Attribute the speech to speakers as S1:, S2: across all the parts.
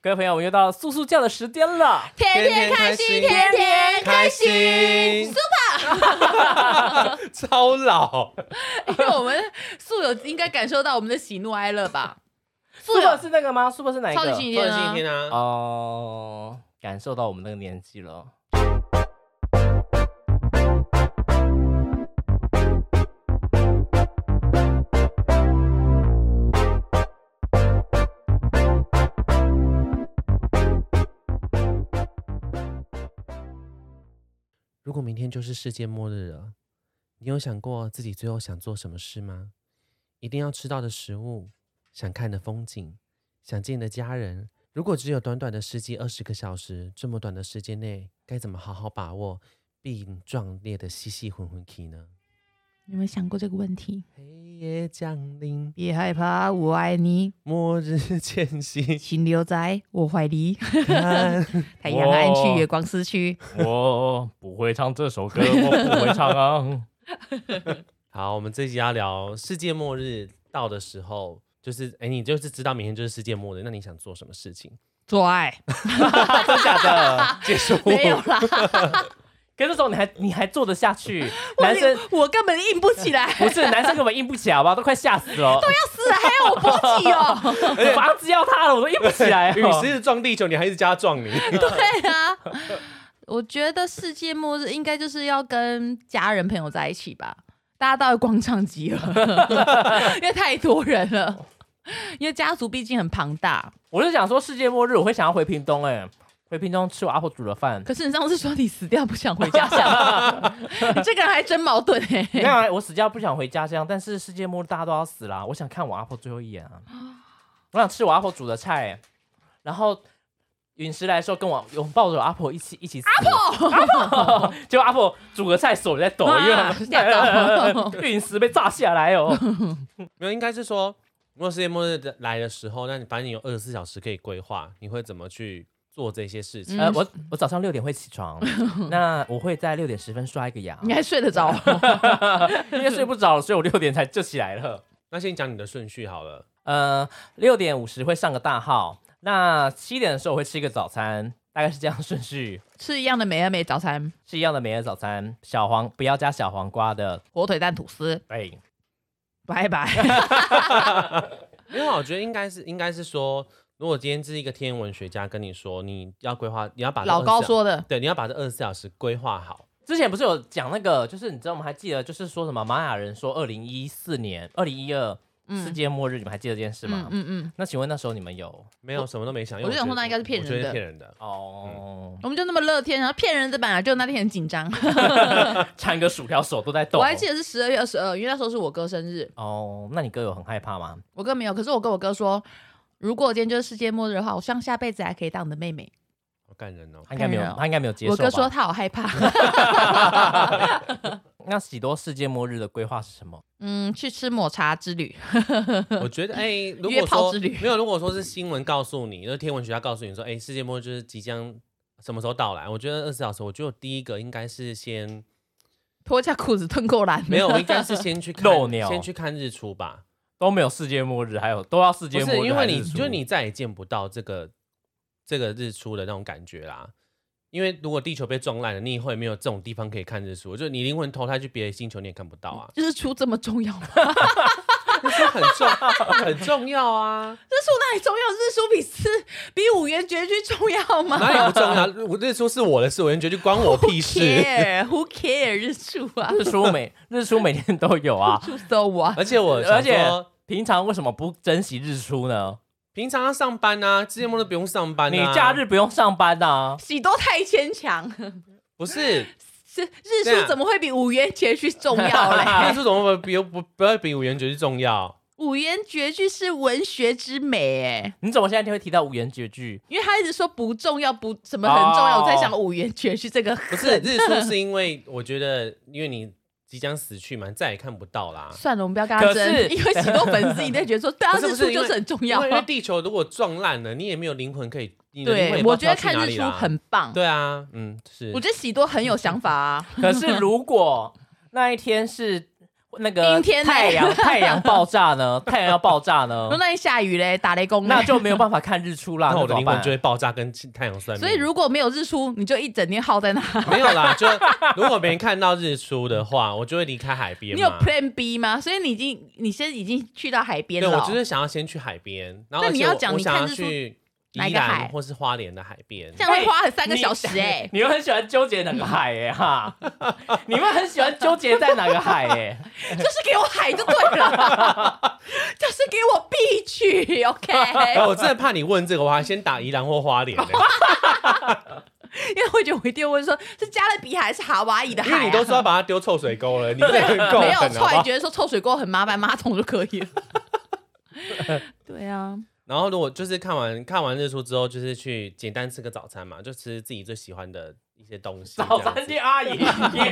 S1: 各位朋友，我们又到素素酱的时间了。
S2: 天天开心，天天开心
S3: ，super，超 老。
S2: 因为我们素友应该感受到我们的喜怒哀乐吧？
S1: 素友是那个吗？素友是哪一个？
S2: 超级星期
S3: 放
S2: 天
S3: 星期
S2: 啊！
S3: 天啊，
S1: 哦，感受到我们那个年纪了。
S4: 如果明天就是世界末日了，你有想过自己最后想做什么事吗？一定要吃到的食物，想看的风景，想见的家人。如果只有短短的十几二十个小时，这么短的时间内，该怎么好好把握并壮烈的嬉戏混混 k 呢？
S2: 你有没有想过这个问题？
S4: 黑夜降临，
S2: 别害怕，我爱你，，
S4: 末日前夕
S2: 请留在我怀里。
S4: 看
S2: 太阳暗去，
S1: 哇
S2: 月光失去。
S1: 我不会唱这首歌，我不会唱啊。
S4: 好，我们这集要聊世界末日到的时候，就是哎，你就是知道明天就是世界末日，那你想做什么事 情？
S2: 做爱
S1: 真假的？
S4: 结束。
S2: 没有啦，
S1: 跟这种你还你还做得下去？
S2: 我
S1: 男生
S2: 我根本硬不起来，
S1: 不是男生根本硬不起来，好不好？都快吓死了，
S2: 要死了还要我勃起哦。
S1: 我房子要塌了，我都硬不起来、
S4: 陨
S1: 哦。
S4: 石撞地球，你还一直叫它撞你。
S2: 对啊，我觉得世界末日应该就是要跟家人朋友在一起吧。大家到了广场集合， 因为太多人了。因为家族毕竟很庞大，
S1: 我就想说世界末日，我会想要回屏东、哎，回屏东吃我阿婆煮的饭。
S2: 可是你上次说你死掉不想回家乡，你这个人还真矛盾哎、
S1: 没有啊，我死掉不想回家乡，但是世界末日大家都要死啦，我想看我阿婆最后一眼啊，我想吃我阿婆煮的菜，然后陨石来的时候跟我拥抱着我阿婆一起一起死。阿婆，阿婆，结果阿婆煮个菜手在抖，
S2: 哇
S1: 因为他们
S2: 吓到
S1: 陨石被炸下来哦。
S4: 没有，应该是说，如果世界末日的来的时候，那你反正你有二十四小时可以规划，你会怎么去做这些事
S2: 嗯
S4: 情？
S1: 呃，我我早上六点会起床，那我会在六点十分刷一个牙，
S2: 你还睡得着？
S1: 因为睡不着，所以我六点才就起来了。
S4: 那先讲你的顺序好了。
S1: 呃，六点五十会上个大号，那七点的时候我会吃一个早餐，大概是这样的顺序，
S2: 吃一样的美而美早餐，
S1: 是一样的每日早餐，小黄不要加小黄瓜的，
S2: 火腿蛋吐司，
S1: 对，
S2: 拜拜。
S4: 没有啊，我觉得应该是应该是说，如果今天是一个天文学家跟你说，你要规划，你要把这
S2: 老高
S4: 24
S2: 说的，
S4: 对，你要把这二十四小时规划好。
S1: 之前不是有讲那个，就是你知道我们还记得，就是说什么玛雅人说二零一四年、二零一二世界末日，你们还记得这件事吗
S2: 嗯？嗯嗯，
S1: 那请问那时候你们有
S4: 没有什么都没想，因
S2: 我
S4: 为
S2: 就想
S4: 觉
S2: 说
S4: 得
S2: 那应该是骗
S4: 我觉
S2: 人
S4: 得
S2: 的
S4: 骗人的。嗯
S1: 哦，
S2: 我们就那么乐天，然后骗人的本来就那天很紧张。
S1: 缠个薯条手都在抖。
S2: 我还记得是十二月二十二，因为那时候是我哥生日，
S1: 哦，那你哥有很害怕吗？
S2: 我哥没有，可是我跟我哥说，如果今天就是世界末日的话，我希望下辈子还可以当你的妹妹。
S4: 好感人哦！
S1: 他应该没有
S2: 当然，了
S1: 他应该没有接受。
S2: 我哥说，他好害怕，
S1: 那喜多世界末日的规划是什么？
S2: 嗯，去吃抹茶之旅，
S4: 我觉得，哎、如
S2: 约
S4: 果
S2: 炮
S4: 说
S2: 之旅
S4: 没有，如果说是新闻告诉你，就是天文学家告诉你说，哎、世界末日就是即将什么时候到来？我觉得二十四小时，我觉得第一个应该是先
S2: 脱下裤子吞够蓝。。
S4: 没有，我应该是先去看
S1: 漏尿
S4: 先去看日出吧。
S1: 都没有世界末日，还有都要世
S4: 不
S1: 界末
S4: 是
S1: 日，
S4: 因为
S1: 还是
S4: 你，
S1: 日出
S4: 就是你再也见不到这个这个日出的那种感觉啦。因为如果地球被撞烂了，你以后也没有这种地方可以看日出。就是你灵魂投胎去别的星球，你也看不到啊
S2: 就是出这么重要吗？
S4: 日出很重，很重要 啊。
S2: 日出哪里重要？日出比四比五元绝句重要吗？
S4: 哪里不重要？我日出是我的事，我就觉得关我 屁
S2: Who
S4: 事。
S2: care？Who care？日出啊
S1: 日出每 日出每天都有 啊，
S2: ，Who so what？
S4: 而且我
S1: 而
S4: 而
S1: 且
S4: 且
S1: 平常为什么不珍惜日出呢？
S4: 平常要上班啊，世界末日不用上班、啊。
S1: 你假日不用上班啊，
S2: 喜多太牵强，
S4: 不是
S2: 是日
S4: 对啊
S2: 出怎么会比五元绝句重要
S4: 日
S2: 嘞？
S4: 出怎么不比不不要比五元绝句重 要？
S2: 五言绝句是文学之美哎。
S1: 你怎么现在就会提到五言绝句？
S2: 因为他一直说不重要，不什么很重要，
S1: 哦
S2: 我在想五元绝句这个不
S4: 不是日出是因为我觉得，因为你即将死去嘛，再也看不到啦。
S2: 算了，我们不要跟他
S1: 可是
S2: 争，因为许多粉丝一定会觉得说，对啊，
S4: 不是
S2: 日
S4: 不
S2: 出
S4: 是因
S2: 就
S4: 为
S2: 是很重
S4: 因
S2: 要
S4: 为。因为地球如果撞烂了，你也没有灵魂可以，你的灵魂
S2: 对
S4: 也，不
S2: 我
S4: 知
S2: 觉
S4: 道
S2: 得
S4: 飘去
S2: 看
S4: 哪
S2: 日
S4: 里
S2: 出
S4: 啦
S2: 很棒。
S4: 对嗯啊，嗯是
S2: 我。觉得喜多很有想法啊，
S1: 可是如果那一天是那个
S2: 阴天呢
S1: 太 阳太阳爆炸呢，太阳要爆炸呢
S2: 如果，那你下雨嘞，打雷公嘞，
S1: 那就没有办法看日出啦。
S4: 那我
S1: 怎
S4: 的
S1: 么
S4: 灵魂
S1: 办
S4: 就会爆炸，跟太阳算
S2: 所
S4: 命。
S2: 以如果没有日出，你就一整天耗在那。
S4: 没有啦，就如果没人看到日出的话，我就会离开海边
S2: 你有
S4: 嘛。
S2: Plan B 吗？所以你已经你现在已经去到海边
S4: 对，
S2: 了哦、
S4: 我就是想要先去海边，然后
S2: 那
S4: 而
S2: 你
S4: 且
S2: 要
S4: 我
S2: 讲
S4: 我
S2: 你
S4: 想
S2: 看
S4: 要
S2: 日出
S4: 去
S2: 哪一
S4: 宜
S2: 个
S4: 兰
S2: 海
S4: 或是花莲的海边
S2: 这。样会
S1: 哎
S2: 花了三个
S1: 你
S2: 小时哎、
S1: 你们很喜欢纠结哪个海耶、哈？你们很喜欢纠结在哪个海欸耶、
S2: 就是给我海就对了， 就是给我 B 去 OK，
S4: 哎，我真的怕你问这个，我还先打宜兰或花莲呢，
S2: 因为我觉得我一定会问说，是加勒比海还是哈瓦伊的海、
S4: 因
S2: 啊？
S4: 为你都说要把它丢臭水沟了，你这 个人够
S2: 没有，
S4: 狠
S2: 突
S4: 好不
S2: 然
S4: 好？
S2: 觉得说臭水沟很麻烦，马桶就可以了。 对啊，
S4: 然后如果就是看完看完日出之后，就是去简单吃个早餐嘛，就吃自己最喜欢的一些东西。
S1: 早餐店阿姨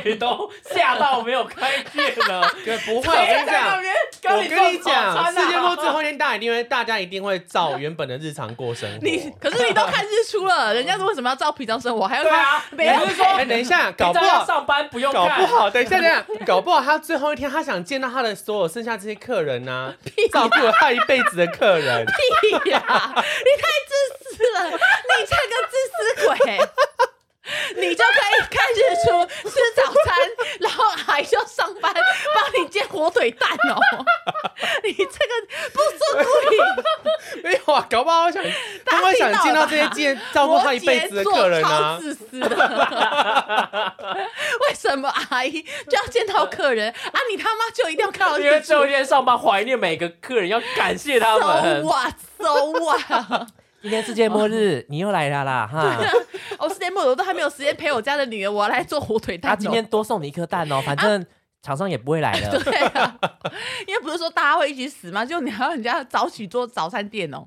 S1: 也都吓到没有开店 了，
S4: 这样 子对不会，我跟
S1: 谁
S4: 你
S1: 在那
S4: 讲。
S1: 边
S4: 我
S1: 跟
S4: 跟你
S1: 你做早
S4: 讲，
S1: 餐啊
S4: 世界末最后一天，大家一定会，大家一定会照原本的日常过生活。
S2: 你可是你都看日出了，人家为什么要照平常生活？还要
S1: 对啊
S2: 看，没
S1: 你不
S2: 有
S1: 是说
S4: 哎，等一下，搞不
S1: 平常要
S4: 好，
S1: 上班不用
S4: 搞
S1: 看
S4: 不 好，等一下，等一 下，搞不好他最后一天，他想见到他的所有剩下这些客人 呐、照顾了他一辈子的客人。
S2: 屁呀、你太自私了，你这个自私鬼。你就可以看日出、吃早餐，然后还要上班帮你煎火腿蛋哦。 你这个不是故意，
S4: 没有啊，搞不好他想，他会想见到这些见照顾他一辈子的客人
S2: 摩羯座超
S4: 啊。
S2: 自私的。 为什么阿姨就要见到客人啊？你他妈就一定要看到
S1: 因为
S2: 日出
S1: 最后一天上班，怀念每个客人，要感谢他们
S2: ？So。what? So what?
S1: 今天世界末 日，你又来了啦哈！
S4: 啊
S2: 我四点半我都还没有时间陪我家的女儿，我要来做火 腿蛋、
S1: 他
S2: 哦。
S1: 今天多送你一颗蛋哦，反
S4: 啊
S1: 正厂商也不会来了。
S2: 对啊，因为不是说大家会一起死吗？就你还要人家早起做早餐店哦，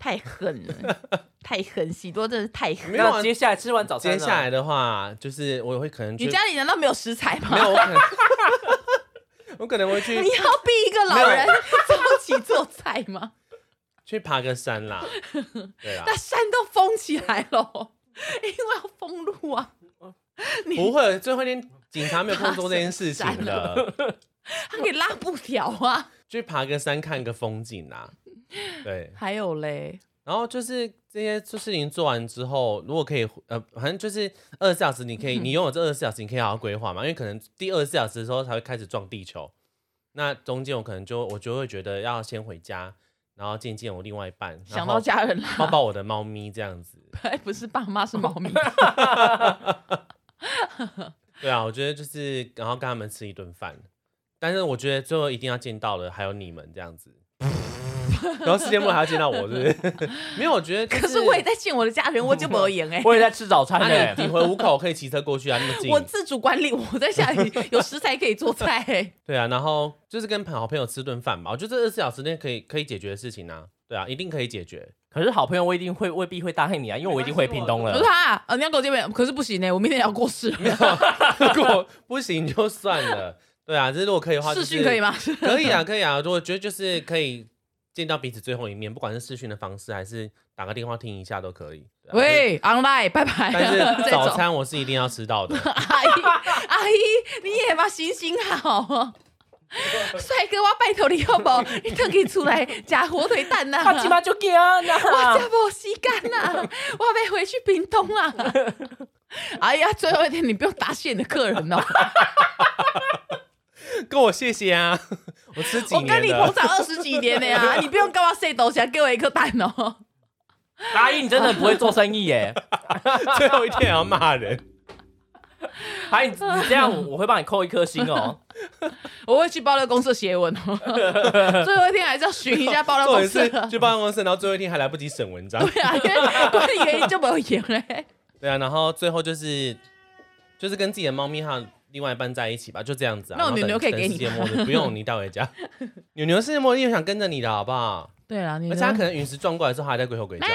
S2: 太狠了，太狠，喜多真的是太狠。
S4: 没有啊
S1: 那接下来吃完早餐
S4: 接
S1: 呢，
S4: 下来的话，就是我会可能
S2: 你
S4: 去，
S2: 家里难道没有食材吗？
S4: 没有，我可能， 我可能会
S2: 你
S4: 去
S2: 要逼一个老人早起做菜吗？
S4: 去爬个山啦。 对啊，
S2: 那山都封起来了， 因为要封路啊。
S4: 不会，最后一天警察 没有碰做这件事情的，
S2: 他给拉布条啊。
S4: 去爬个山看个风景啊。对，
S2: 还有嘞，
S4: 然后就是这些事情做完之后，如果可以，呃，反正就是二十四小时，你可以，你拥有这二十四小时，你可以好好规划嘛，因为可能第二十四小时的时候才会开始撞地球，那中间我可能就我就会觉得要先回家，然后见见我另外一半，然后
S2: 想到家人
S4: 抱
S2: 啦，
S4: 抱我的猫咪这样子。
S2: 哎，不是爸妈是猫 咪，
S4: 对啊，我觉得就是然后跟他们吃一顿饭，但是我觉得最后一定要见到的还有你们这样子。然后世界末还要见到我，是不是？ 没有，我觉得、就
S2: 可是我也在见我的家人，我就没有 言哎。
S1: 我也在吃早餐
S4: 啊，
S1: 呢
S4: 你。你回五口可以骑车过去啊，那么近。
S2: 我自主管理，我在家里 有食材可以做菜、哎
S4: 对啊，然后就是跟朋好朋友吃顿饭嘛，我觉得这二十四小时内可以可以解决的事情啊，对啊，一定可以解决。
S1: 可是好朋友，我一定会未必会答应你啊，因为我一定回屏东
S2: 不
S1: 了
S2: 是。
S4: 啊
S2: 他，呃，你要跟我见面，可是不行欸呢、我明天也要过世，
S4: 如果不行就算了，对啊，这如果可以的话、就
S2: 视
S4: 是，
S2: 讯可以？吗？
S4: 可以啊，可以啊。如果觉得就是可以见到彼此最后一面，不管是视讯的方式还是打个电话听一下都可以。对啊，
S2: 喂，online，拜拜。
S4: 但是但
S2: 这
S4: 是
S2: 种
S4: 早餐我是一定要吃到 的。
S2: 阿 姨，阿姨，你也把行行好哦。帅哥，我拜托你好不好？你等去出来吃火腿蛋 呐、
S1: 他起码就给啊，
S2: 我
S1: 那
S2: 这无时间啦，我要回去屏东啊 啦。哎呀，最后一天你不用答谢你的客人哦。
S4: 跟我谢谢啊，我吃 几
S2: 我
S4: 年
S2: 跟你
S4: 了
S2: 同。场二十几年了 呀，你不用干嘛塞东西，给我一颗蛋哦。
S1: 阿姨你真的不会做生意 耶？
S4: 最后一天还要骂 人，
S1: 阿姨你你这样我会帮你扣一颗星 哦。
S2: 我会去爆料公社写文哦。最后一天还是要寻一下爆料
S4: 重
S2: 公
S4: 点
S2: 社。
S4: 是去办公室，然后最后一天还来不及审文章。
S2: 啊对啊，因为管理员就没有赢嘞。
S4: 对啊，然后最后就是就是跟自己的猫咪和另外一半在一起吧，就这样子啊。
S2: 那我
S4: 然后
S2: 牛牛
S4: 等
S2: 可以给
S4: 等世
S2: 你
S4: 界
S2: 吗
S4: 末日不用你带 回家。牛牛世界末日又想跟着你的好不好？
S2: 对啊，你
S4: 而且它可能陨石撞过来之后还在鬼吼鬼叫。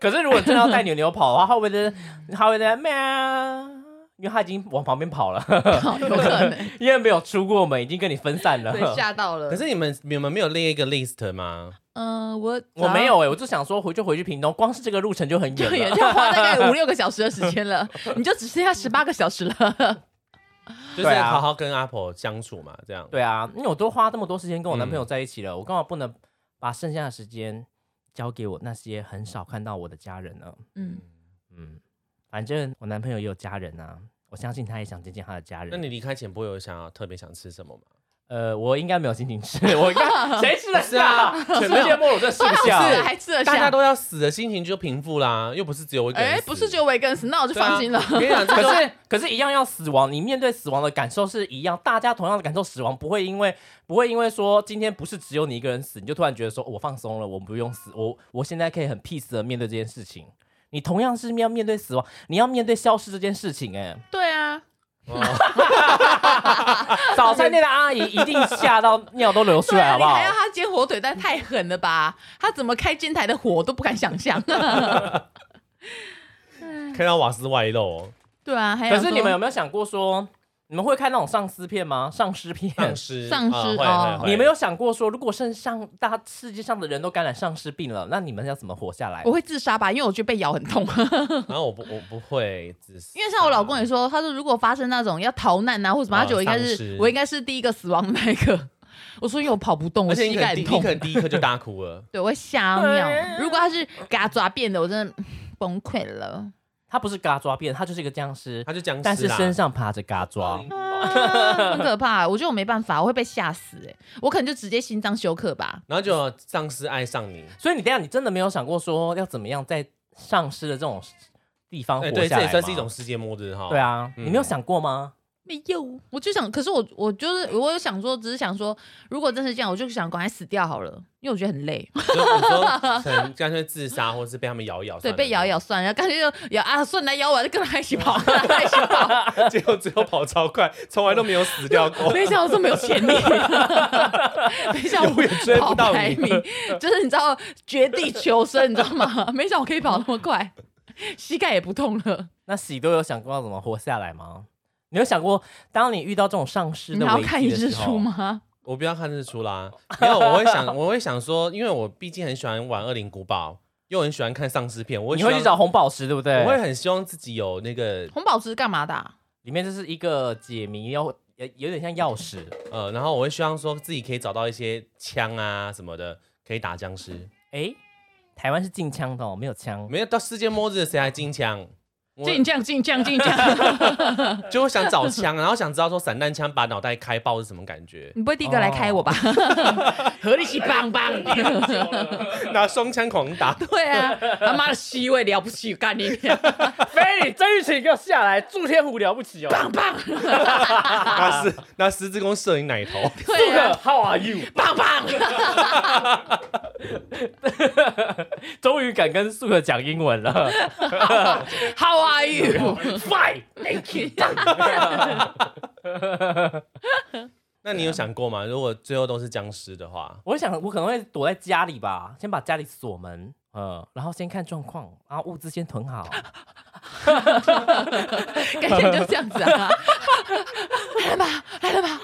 S1: 可是如果真的要带牛牛跑的话，它会不会在它会在喵？因为它已经往旁边跑了，
S2: 有可 能
S1: 因为没有出过门，已经跟你分散了。
S2: 对 吓到了
S4: 可。是你们你们没有列一个 list 吗？
S2: 嗯，我
S1: 我没有哎、我就想说回就回去屏东，光是这个路程就很
S2: 就
S1: 远
S2: 也
S1: 了。
S2: 要花大概五六个小时的时间了，你就只剩下十八个小时了。
S4: 就是
S1: 对啊
S4: 好好跟阿婆相处嘛，这样。
S1: 对啊，因为我都花这么多时间跟我男朋友在一起了，我干嘛不能把剩下的时间交给我那些很少看到我的家人呢？
S2: 嗯，
S1: 嗯，反正我男朋友也有家人啊，我相信他也想见见他的家人。
S4: 那你离开前不会有想要特别想吃什么吗？
S1: 呃，我应该没有心情吃，我应该谁吃得下？啊 世
S4: 没有
S1: 界末日我真的吃不下。啊
S2: 是啊还吃得
S4: 大家
S2: 下。
S4: 都要死的心情就平复啦，又不是只有我一个人
S2: 哎
S4: 死。，
S2: 不是 只有我一个人死，那我就放心了。
S4: 我跟你讲，这
S1: 可
S4: 就是
S1: 可是一样要死亡，你面对死亡的感受是一样，大家同样的感受死亡，不会因为不会因为说今天不是只有你一个人死，你就突然觉得说、哦我放松了，我不用死，我我现在可以很 peace 的面对这件事情。你同样是要面对死亡，你要面对消失这件事情、哎，
S2: 对啊，
S4: 哦
S1: 早餐店的阿姨一定吓到尿都流出
S2: 对
S1: 来，好
S2: 啊，你
S1: 不好
S2: 还？要他煎火腿蛋，太狠了吧？他怎么开煎台的火，我都不敢想象。
S4: 看到瓦斯外漏 哦，
S2: 对啊，还有
S1: 可是你们有没有想过说，你们会看那种丧尸片吗？丧尸片，
S4: 丧尸，
S2: 丧尸
S4: 啊会
S2: 哦
S4: 会会
S1: 你们有想过说，如果剩上大世界上的人都感染丧尸病了，那你们要怎么活下来
S2: 我？会自杀吧，因为我觉得被咬很痛。
S4: 然后我不我不会自私，
S2: 因为像我老公也说，他说如果发生那种要逃难啊或什么，
S4: 哦
S2: 他觉得我应该
S4: 丧
S2: 是
S4: 尸
S2: 我应该是第一个死亡的那一个。我说因为我跑不动，我
S4: 而且你
S2: 膝
S4: 可
S2: 盖
S4: 能第
S2: 很
S4: 你
S2: 痛，
S4: 可，能第一刻就大哭了
S2: 对，我会啊吓尿。如果他是嘎爪变的，我真的 嗯崩溃 了。
S1: 他不是嘎抓变，他就是一个僵尸，
S4: 他就僵尸啦，啊
S1: 但
S4: 嗯
S1: 是身上爬着嘎抓。
S2: 啊很可怕，我觉得我没办法，我会被吓死哎、我可能就直接心脏休克吧。
S4: 然后就有丧尸爱上你，
S1: 所以你等一下你真的没有想过说要怎么样在丧尸的这种地方
S4: 哎，
S1: 哦活
S4: 对，
S1: 下来
S4: 这也
S1: 吗
S4: 算是一种世界末日哈。
S1: 对，啊，
S4: 嗯
S1: 你没有想过吗？
S2: 没有，我就想，可是我我就是我有想说，只是想说，如果真是这样，我就想赶快死掉好了，因为我觉得很 累，
S4: 就你 说可能干脆自杀，或是被他们咬一咬，
S2: 对，被咬一，咬算了，干脆就咬啊，算来咬我，就跟他一起跑，跟他一起 跑。。
S4: 结果最后跑超快，从来都没有死掉过
S1: 啊
S2: 没想到这么有潜力，没想到
S4: 永远追不到
S2: 跑
S4: 你
S2: 百米，就是你知道绝地求生，你知道吗？ 没想到我可以跑那么快，膝盖也不痛了。
S1: 那喜多有想过要怎么活下来吗？你有想过，当你遇到这种丧尸
S2: 你
S1: 的
S2: 还要
S1: 危
S2: 看
S1: 机的
S2: 日
S1: 时候
S2: 出，吗？
S4: 我不要看日出啦，没有，我会想，我会想说，因为我毕竟很喜欢玩《恶灵古堡》，又很喜欢看丧尸片，我
S1: 你会
S4: 希
S1: 去
S4: 望，
S1: 找红宝石，对不对？
S4: 我会很希望自己有那个
S2: 红宝石干嘛的啊、
S1: 里面就是一个解谜，要有有点像钥匙。
S4: 呃，然后我会希望说自己可以找到一些枪啊什么的，可以打僵尸。
S1: 哎，台湾是禁枪的哦，没有 枪。
S4: 没有到世界末日，谁还进枪？我
S2: 进将进将进将，
S4: 就会想找枪，然后想知道说散弹枪把脑袋开爆是什么感觉，
S2: 你不会第一个来开我吧？ 合力气棒 棒，
S4: 拿双枪狂打。
S2: 对啊，他妈的 C 位了不起，干你娘
S1: 非你真玉琴给我下来，祝天虎了不起哦！
S2: 棒棒，
S4: 拿十拿十字弓射你奶 头，
S2: 对啊，
S1: ，How are you？
S2: 棒棒，
S1: 终于敢跟素可讲英文了
S2: ，How are you？
S1: ，Fine，Thank you。
S4: 那你有想过吗？如果最后都是僵尸的话，
S1: 我想我可能会躲在家里吧，先把家里锁门，嗯，然后先看状况，然后物资先囤 好。
S2: 感觉就这样子 啊，来了吧，来了吧。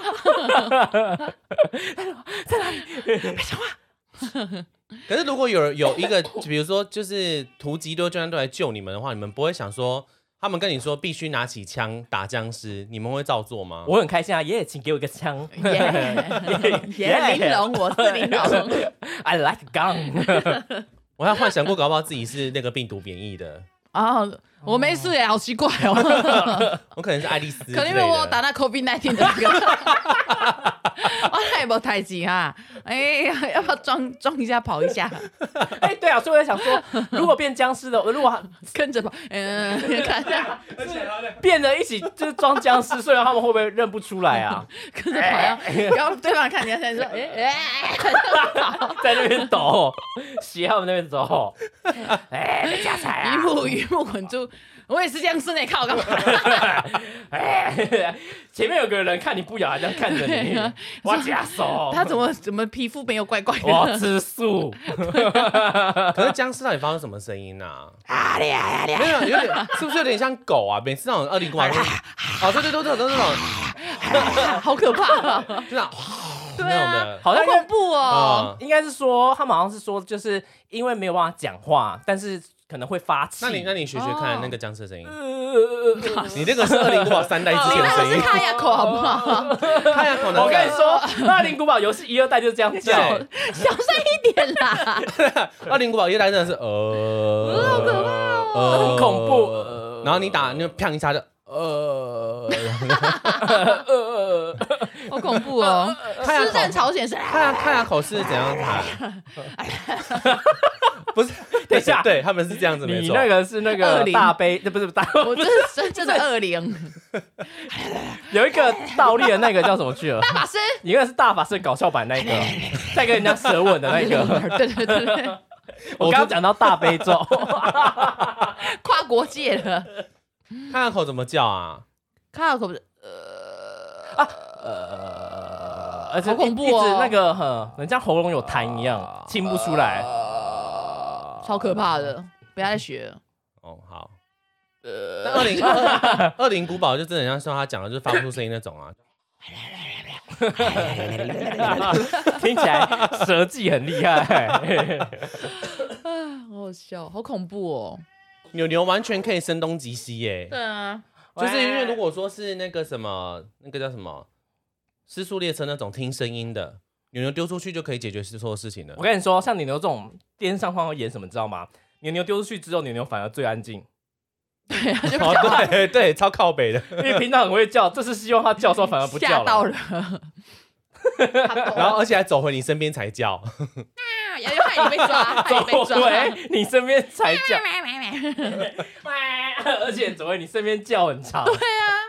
S4: 可是如果有有一个，比如说就是突击队救援队来救你们的话，你们不会想说他们跟你说必须拿起枪打僵尸，你们会照做吗？
S1: 我很开心啊，爷爷，请给我一个枪
S2: 耶耶，玲珑，我是玲珑。
S1: ，I like gun。
S4: 我还幻想过，搞不好自己是那个病毒免疫的，
S2: 啊，我没事哎，好奇怪哦，
S4: 我可能是爱丽丝之类的，
S2: 可能因为我有打那 COVID 1 9的那个， 我太没太极哈，哎，要不要装装一下跑一下，
S1: 哎，对啊，所以我在想说，如果变僵尸的，如果
S2: 跟着跑，嗯，看一下，
S1: 变得一起就是装僵尸，虽然他们会不会认不出来啊？
S2: 跟着跑，要要对方看你，看你说，哎哎，
S1: 在那边抖，斜他们那边走， 哎，被夹菜
S2: 一
S1: 啊！
S2: 幕一幕滚住，我也是僵尸呢，看我干嘛？
S1: 哎， 前面有个人看你不雅，这样看着
S2: 对
S1: 你
S2: 啊，
S1: 我夹手，
S2: 他怎么怎么皮肤没有怪怪
S1: 我
S2: 的？
S1: 吃素。
S4: 可是僵尸到底发出什么声音啊？没有，有点是不是有点像狗啊？每次那种二零古堡都，哦，对对对对，都是那 种
S2: 好可怕，
S4: 就是那种
S2: 对
S4: 那种
S2: 啊
S4: 的，
S1: 好
S2: 好
S1: 像
S2: 恐怖哦。
S4: 啊，
S1: 应该是说他们好像是说，就是因为没有办法讲话，但是可能会发气。
S4: 那你 那你学学看那个僵尸的声音，你那个是恶灵古堡三代之前的
S2: 那
S4: 声
S2: 个是
S4: 音，
S2: 卡雅口好不好？
S4: 太阳口
S1: 我跟你说，《恶灵古堡》游戏一二代就是这样叫，
S2: 小声一点啦！
S4: 二零古堡一代真的是呃，
S2: 好可怕
S4: 呃
S1: 很恐怖呃
S4: 然后你打，你就砰一下就呃，
S2: 好恐怖哦！
S4: 太阳
S2: 师战
S4: 口，
S2: 朝鲜是
S4: 太阳太阳口是怎样打？不是，
S1: 等一下
S4: 对他们是这样子，没
S1: 你
S4: 错。
S1: 那个是那
S2: 恶
S1: 个
S2: 灵
S1: 大悲，那不是大，
S2: 我这是真正的恶灵
S1: 有一个倒立的那个叫什么去了？
S2: 法师。
S1: 一个是大法师搞笑版那个，再跟人家舌吻的那 个。
S2: 对对对对，
S1: 我刚刚讲到大悲咒，
S2: 跨国界了。
S4: 太阳口怎么叫啊？
S2: 卡雅口不是
S1: 而且
S2: 好恐怖哦
S1: 一直那个很，很像喉咙有痰一样，清不出来。
S2: 超可怕的，不要再学了。
S4: 哦，好。呃，二零二二零古堡就真的很像像他讲的，就是发不出声音那种啊。
S1: 听起来舌技很厉 害。
S2: 啊，好好笑，好恐怖哦。
S4: 牛牛完全可以声东击西耶、
S2: 啊，
S4: 就是因为如果说是那个什么，那个叫什么失速列车那种听声音的，牛牛丢出去就可以解决所有事情了
S1: 我。跟你说，像牛牛这种电视上放会演什么，你知道吗？牛牛丢出去之后，牛牛反而最安静，
S2: 对啊，就
S4: 哦，对对，超靠北的，
S1: 因为平常很会叫，这次希望它叫的时候反啊而不
S2: 吓
S1: 叫
S2: 到
S1: 了。
S2: 了。
S4: 然后而且还走回你身边才叫。
S2: 要哎害你被抓， 害你被
S1: 走
S2: 抓。
S1: 回你身边才叫， 而且走回你身边叫很长。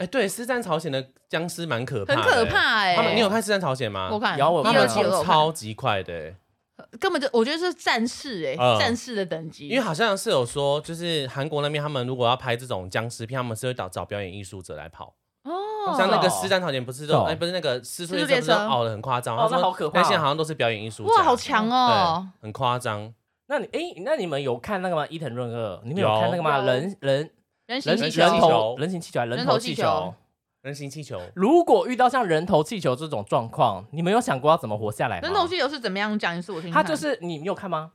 S4: 哎、对，《师战朝鲜》的僵尸蛮可怕
S2: 很
S4: 的、
S2: 可怕哎、
S4: 他们，你有看《师战朝鲜》吗？
S2: 我看
S1: 咬我
S4: 他
S2: 一二
S4: 们
S2: 七
S1: 有
S2: 二
S4: 冲
S2: 我看
S4: 超级快的、欸
S2: 根本就我觉得是战士哎、
S4: 嗯
S2: 战士的等级，
S4: 因为好像是有说，就是韩国那边他们如果要拍这种僵尸片，他们是会找找表演艺术者来跑。
S2: 哦，
S4: 像那个
S1: 哦
S4: 《师战朝鲜》不是
S1: 是
S4: 都
S1: 哦
S4: 哎、不是那个《失速列
S2: 速
S4: 车
S2: 列》
S4: 不是
S2: 车
S4: 熬的很夸张，
S1: 哦
S4: 他说
S1: 那好可怕哦
S4: 那些好像都是表演艺术家，
S2: 哇，好强哦，
S4: 对，很夸张。
S1: 那你哎、那你们有看那个吗？伊藤润二，你们有
S4: 有
S1: 看那个吗？
S2: 有
S1: 人人
S2: 人形
S1: 人
S2: 气
S1: 人
S2: 球，
S1: 头人形气球还是人
S2: 人
S1: 头
S2: 头
S1: 气
S2: 气
S1: 球
S2: 球？
S4: 人形气球，
S1: 如果遇到像人头气球这种状况，你们有想过要怎么活下来吗？
S2: 人头气球是怎么样讲一次我听听
S1: 它
S2: 看，
S1: 就是你，你有看吗？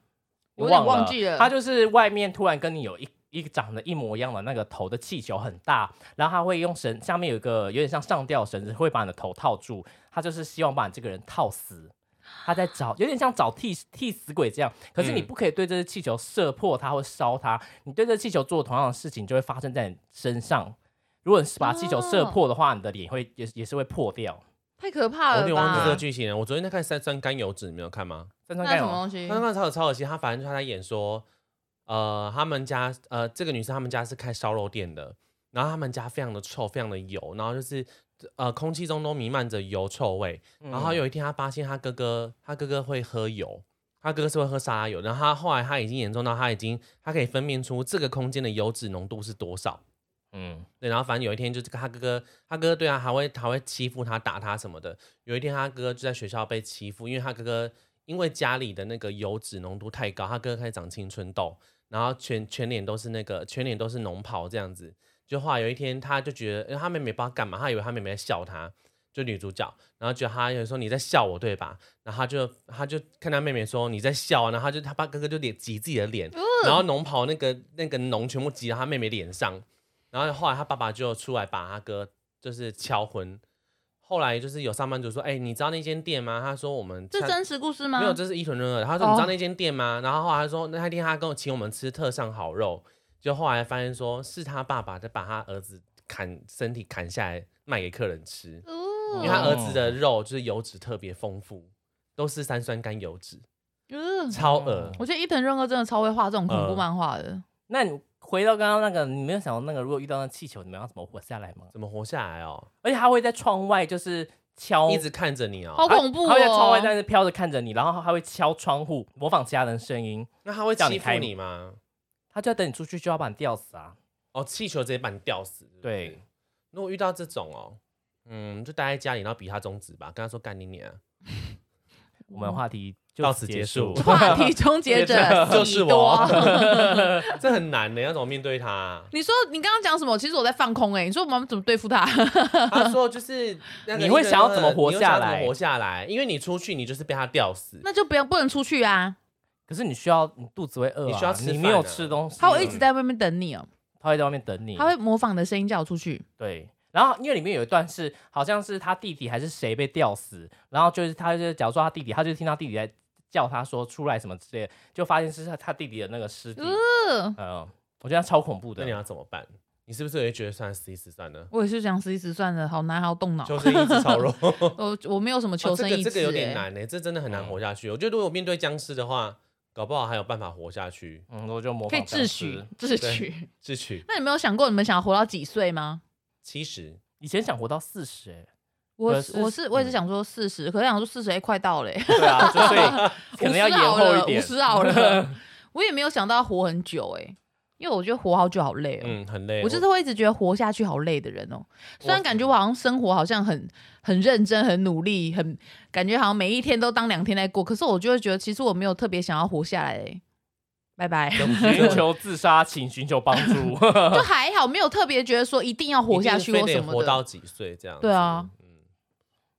S2: 有
S1: 你
S2: 点
S1: 了
S2: 忘记了
S1: 它就是外面突然跟你有一一个长得一模一样的那个头的气球很大，然后它会用绳，下面有一个有点像上吊绳子，会把你的头套住。它就是希望把你这个人套死。他在找，有点像找替替死鬼这样，可是你
S4: 嗯
S1: 不可以对这只气球射破它或烧它，你对这气球做同样的事情就会发生在你身上。如果你是把气球射
S2: 哦
S1: 破的话，你的脸会也也是会破掉。
S2: 太可
S4: 我
S2: 怕
S4: 有
S2: 了
S4: 点忘记这个
S2: 吧？
S4: 剧情了。我昨天在看《三酸甘油脂》，你没有看吗？
S1: 真的
S2: 那什么
S1: 吗？
S2: 东西
S4: 三？酸甘油脂超有超恶心，他反正就是他在演说，呃，他们家呃这个女生他们家是开烧肉店的，然后他们家非常的臭，非常的油，然后就是呃空气中都弥漫着油臭味。然
S1: 嗯
S4: 后有一天他发现他哥哥，他哥哥会喝油。他哥哥是会喝沙拉油，然后他后来他已经严重到他已经他可以分辨出这个空间的油脂浓度是多少，
S1: 嗯，
S4: 对，然后反正有一天就是他哥哥，他哥哥对他还会还会欺负他、打他什么的。有一天他哥哥就在学校被欺负，因为他哥哥因为家里的那个油脂浓度太高，他哥哥开始长青春痘，然后全全脸都是那个全脸都是脓泡这样子。就后来有一天他就觉得，因为他妹妹不知道干嘛，他以为他妹妹在笑他，就女主角，然后觉得他有时候你在笑我对吧？然后他就他就看他妹妹说你在笑啊，然后他就他把哥哥就脸挤自己的脸，
S2: 呃
S4: 然后脓跑那个那个脓全部挤到他妹妹脸上。然后后来他爸爸就出来把他哥就是敲昏。后来就是有上班族说：“哎、你知道那间店吗？”他说：“我们
S2: 这是
S4: 下
S2: 真实故事吗？
S4: 没有，这是伊藤润二。”他说：“
S2: 哦
S4: 你知道那间店吗？”然后后来他说：“那天他跟我请我们吃特上好肉。”就后来发现说是他爸爸在把他儿子砍身体砍下来卖给客人吃，
S2: 哦
S4: 因为他儿子的肉就是油脂特别丰富，都是三酸甘油脂，
S2: 嗯
S4: 超恶。
S2: 我觉得伊藤润二真的超会画这种
S4: 嗯
S2: 恐怖漫画的，
S1: 那你回到刚刚那个，你没有想到那个，如果遇到那气球，你们要怎么活下来吗？
S4: 怎么活下来哦？
S1: 而且他会在窗外就是敲，
S4: 一直看着你
S2: 好
S4: 哦。
S2: 恐怖
S1: 他会在窗外
S2: 哦！
S1: 但是飘着看着你，然后他会敲窗户，模仿其他人的声音，
S4: 那他会
S1: 叫你
S4: 欺负
S1: 开
S4: 你吗？
S1: 他就要等你出去就要把你吊死啊！
S4: 哦，气球直接把你吊死。对不对
S1: 对，
S4: 如果遇到这种哦，嗯，就待在家里，然后比他中指吧，跟他说干你娘，
S1: 我
S2: 嗯
S1: 们话题就
S4: 到此结束
S2: 话题终结者
S4: 就是
S2: 喜多
S4: 我。 这很难的，要怎么面对他啊？
S2: 你说你刚刚讲什么？其实我在放空哎、你说我们怎么对付他？
S4: 他说就是那个
S1: 你会
S4: 一个人
S1: 想要怎么活
S4: 你会想
S1: 下
S4: 要
S1: 来
S4: 怎么活下来，因为你出去你就是被他吊死。
S2: 那就不要不能出去啊！
S1: 可是你需要，你肚子会饿、啊，
S4: 你需要吃
S1: 你没有
S4: 饭啊
S1: 吃东西，
S2: 他会一直，在外面等你哦、
S1: 他会在外面
S4: 嗯
S1: 等你，
S2: 他会模仿的声音叫我出去。
S1: 对。然后，因为里面有一段是好像是他弟弟还是谁被吊死，然后就是他就是假如说他弟弟，他就听到弟弟在叫他说出来什么之类的，就发现是他他弟弟的那个尸体，
S2: 呃，
S1: 嗯，我觉得超恐怖
S4: 那你
S1: 的。
S4: 要怎么办？你是不是也觉得算了死一死算了？
S2: 我也是想死一死算了，好难，还要动脑。
S4: 就是一 只炒肉，
S2: 我我没有什么求
S4: 哦
S2: 生
S4: 这
S2: 意
S4: 个
S2: 志、
S4: 这
S2: 欸
S4: 个有点难呢、这真的很难活下去。我觉得如果面对僵尸的
S2: 哎
S4: 话，搞不好还有办法活下去。
S1: 嗯，我就模
S2: 可
S1: 仿
S2: 以
S1: 僵
S2: 自
S1: 尸
S2: 取。自取。
S4: 智取
S2: 那你没有想过你们想要活到几岁吗？
S4: 七十，
S1: 以前想活到四十、欸，
S2: 我
S1: 可是
S2: 我是我也是想说四十、可是想说四十哎，快到了、欸，
S1: 对啊，就所以 可
S2: 五
S1: 能要
S2: 十
S1: 延
S2: 好
S1: 后
S2: 了，
S1: 一
S2: 五
S1: 点。
S2: 十好了。我也没有想到要活很久哎、因为我觉得活好久好累哦、
S4: 嗯，很累。
S2: 我就是会一直觉得活下去好累的人哦、虽然感觉我好像生活好像很很认真、很努力、很感觉好像每一天都当两天在过，可是我就会觉得其实我没有特别想要活下来、欸。拜拜，
S1: 寻求自杀，请寻求帮助。
S2: 就还好，没有特别觉得说一定要活下去
S4: 一定
S2: 或
S4: 非
S2: 什
S4: 得
S2: 么
S4: 活
S2: 的。
S4: 到几岁这样子？
S2: 对啊
S4: 嗯，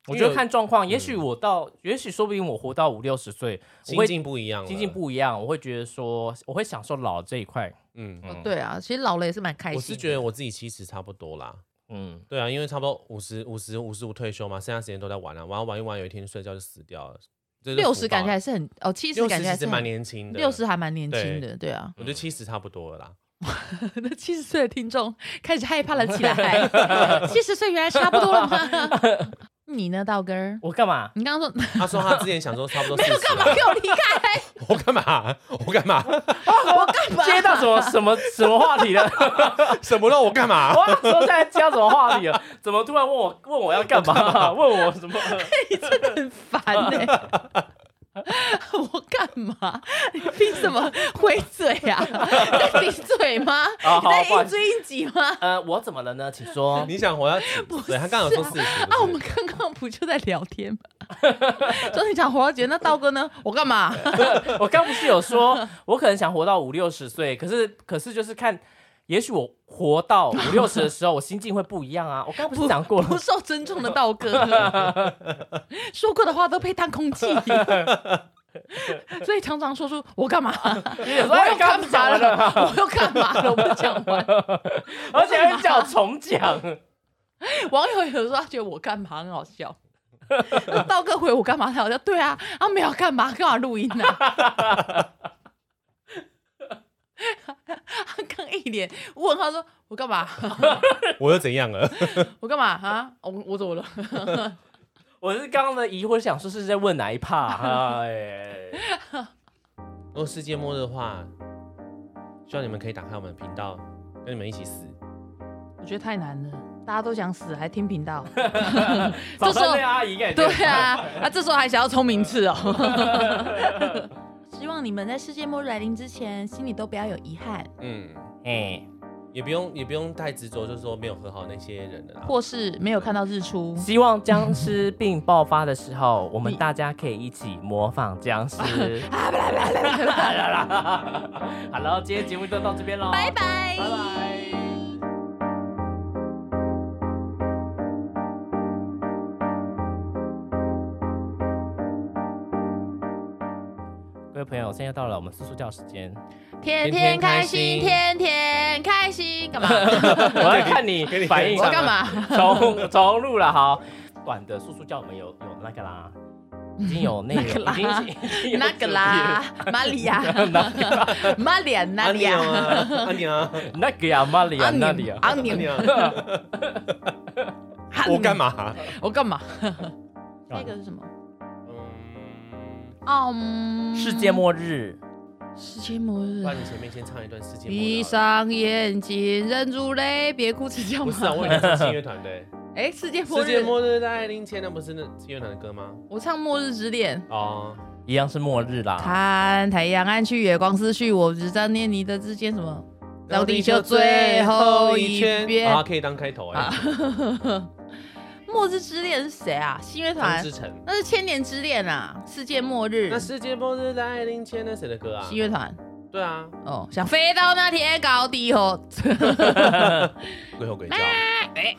S1: 我觉得看状况，
S4: 嗯
S1: 也许我到，也许说不定我活到五六十岁，我
S4: 心
S1: 会
S4: 境不一样了，
S1: 心境不一样，我会觉得说，我会享受老这一块。
S4: 嗯，
S1: 嗯，，
S2: 对啊，其实老了也是蛮开心的。
S4: 我是觉得我自己七十差不多啦。
S1: 嗯，
S4: 对啊，因为差不多五十五十五十五退休嘛，剩下时间都在玩啊，玩啊玩一玩，有一天睡觉就死掉了。这就
S2: 六
S4: 福
S2: 十
S4: 报
S2: 感觉
S4: 了
S2: 还是很哦，七十
S4: 六
S2: 感觉
S4: 十其
S2: 还
S4: 实
S2: 是
S4: 蛮年轻的，
S2: 六十还蛮年轻
S4: 对
S2: 的，对 啊。
S4: 我觉得七十差不多了啦。
S2: 可能七十岁的听众开始害怕了起 来，七十岁原来差不多了吗？ 你呢，道哥儿？
S1: 我干嘛？
S2: 你 刚刚说
S4: 他说他之前想说 差不多四十了，
S2: 给我离开，
S4: 我干嘛？我干嘛？
S2: 我干嘛？
S1: 接到什么什么什么话题了？
S4: 什么了？我干嘛？
S1: 我想说现在接到什么话题了？怎么突然问我问我要干嘛？问我什么？
S2: 很烦呢、 我干嘛？你凭什么回嘴啊？在闭嘴吗？
S1: 啊
S2: 你
S1: 好
S2: 在
S1: 不好
S2: 一
S1: 意思
S2: 追一挤吗？ 啊
S1: 呃，我怎么了呢？请 说。
S4: 你想活到几
S2: 不
S4: 岁？他刚好说
S2: 是
S4: 四十，
S2: 啊，我们刚刚不就在聊天吗？ 说你想活到几岁？那道哥呢？我干嘛？
S1: 我刚不是有说，我可能想活到五六十岁，可是可是就是看，也许我活到五六十的时候，我心境会不一样啊。我刚不是讲过了
S2: 不受尊重的道哥， 说过的话都被当空气，所以常常说出我干嘛？
S1: 你也说
S2: 我
S1: 哎
S2: 又
S1: 刚
S2: 干
S1: 不是
S2: 嘛
S1: 讲完了吗
S2: 了？我又干嘛了？我不讲完。
S1: 而且还叫我重讲，
S2: 网友有时候他觉得我干嘛很好笑，那道哥回我干嘛？他好像对啊，他没有干嘛，干嘛录音呢、啊？他刚一脸问号说：“我干嘛？
S4: 我又怎样了？
S2: 我干嘛啊？我我怎么了？
S1: 我是刚刚的疑惑，想说是在问哪一趴？ 哎，
S4: 如果世界末日的话，希望你们可以打开我们的频道，跟你们一起死。
S2: 我觉得太难了，大家都想死，还听频道。”
S1: 早
S2: 这时候
S1: 上那阿姨感觉
S2: 对啊，啊，这时候还想要聪明刺哦。 希望你们在世界末日来临之前，心里都不要有遗憾，
S4: 嗯，
S1: 哎，
S4: 也不用也不用太执着，就是说没有和好那些人的啦。
S2: 或是没有看到日出。
S1: 希望僵尸病爆发的时候，我们大家可以一起模仿僵 尸。啊好了，今天节目就到这边喽，
S2: 拜拜。
S1: 拜拜。各位朋友，现在到了我们私宿教时 间，
S2: 天天
S4: 天开
S2: 开
S4: 心
S2: 心，天天开心， 干嘛？
S1: 我要看你
S4: 给你
S1: 反应
S4: 给你
S2: 我
S4: 上
S2: 干嘛？
S1: 重重录了哈。短的速速教我们有有那个啦，已经有内容，
S2: 那个
S1: 已
S2: 啦
S1: 经已经有
S2: 那个啦，玛利亚， 玛利亚，玛
S4: 安
S2: 利
S4: 妮
S2: 亚
S4: 啊，， 安妮啊，
S1: 主题， 那个呀，玛利亚，那里啊，
S2: 啊
S4: 安妮
S2: 你，
S4: 啊，
S2: 啊
S4: 我干
S2: 你？
S4: 嘛？
S2: 我干 嘛？那个是什么？
S4: 嗯，
S2: 啊，嗯
S1: 世界末日，
S2: 世界末日
S4: 不
S2: 啊。
S4: 然你前面先唱一段世界末
S2: 闭
S4: 日好了。
S2: 上眼睛，忍住泪，别哭，是这样
S4: 不
S2: 吗？
S4: 是啊，我以为你唱新乐团的 欸。
S2: 哎、世界末
S4: 世
S2: 日，
S4: 界末日在临前，那不是那新乐团的歌吗？
S2: 我唱《末日之恋》。
S4: 哦，
S1: 一样是末日
S2: 啊
S1: 啦。
S2: 看太阳暗去，月光失去，我只想念你的之间什么？绕地球最后一遍。
S4: 啊，可以当开头哎
S2: 啊。末日之恋》是谁啊？新乐
S4: 张
S2: 团
S4: 志？ 成。
S2: 那是《千年之恋》啊，世界末日
S4: 那。世界末日来临前，那谁的歌啊
S2: 新？乐团
S4: 对啊，
S2: 哦，想飞到那天高地后。
S4: 啊鬼吼鬼叫。
S2: 哎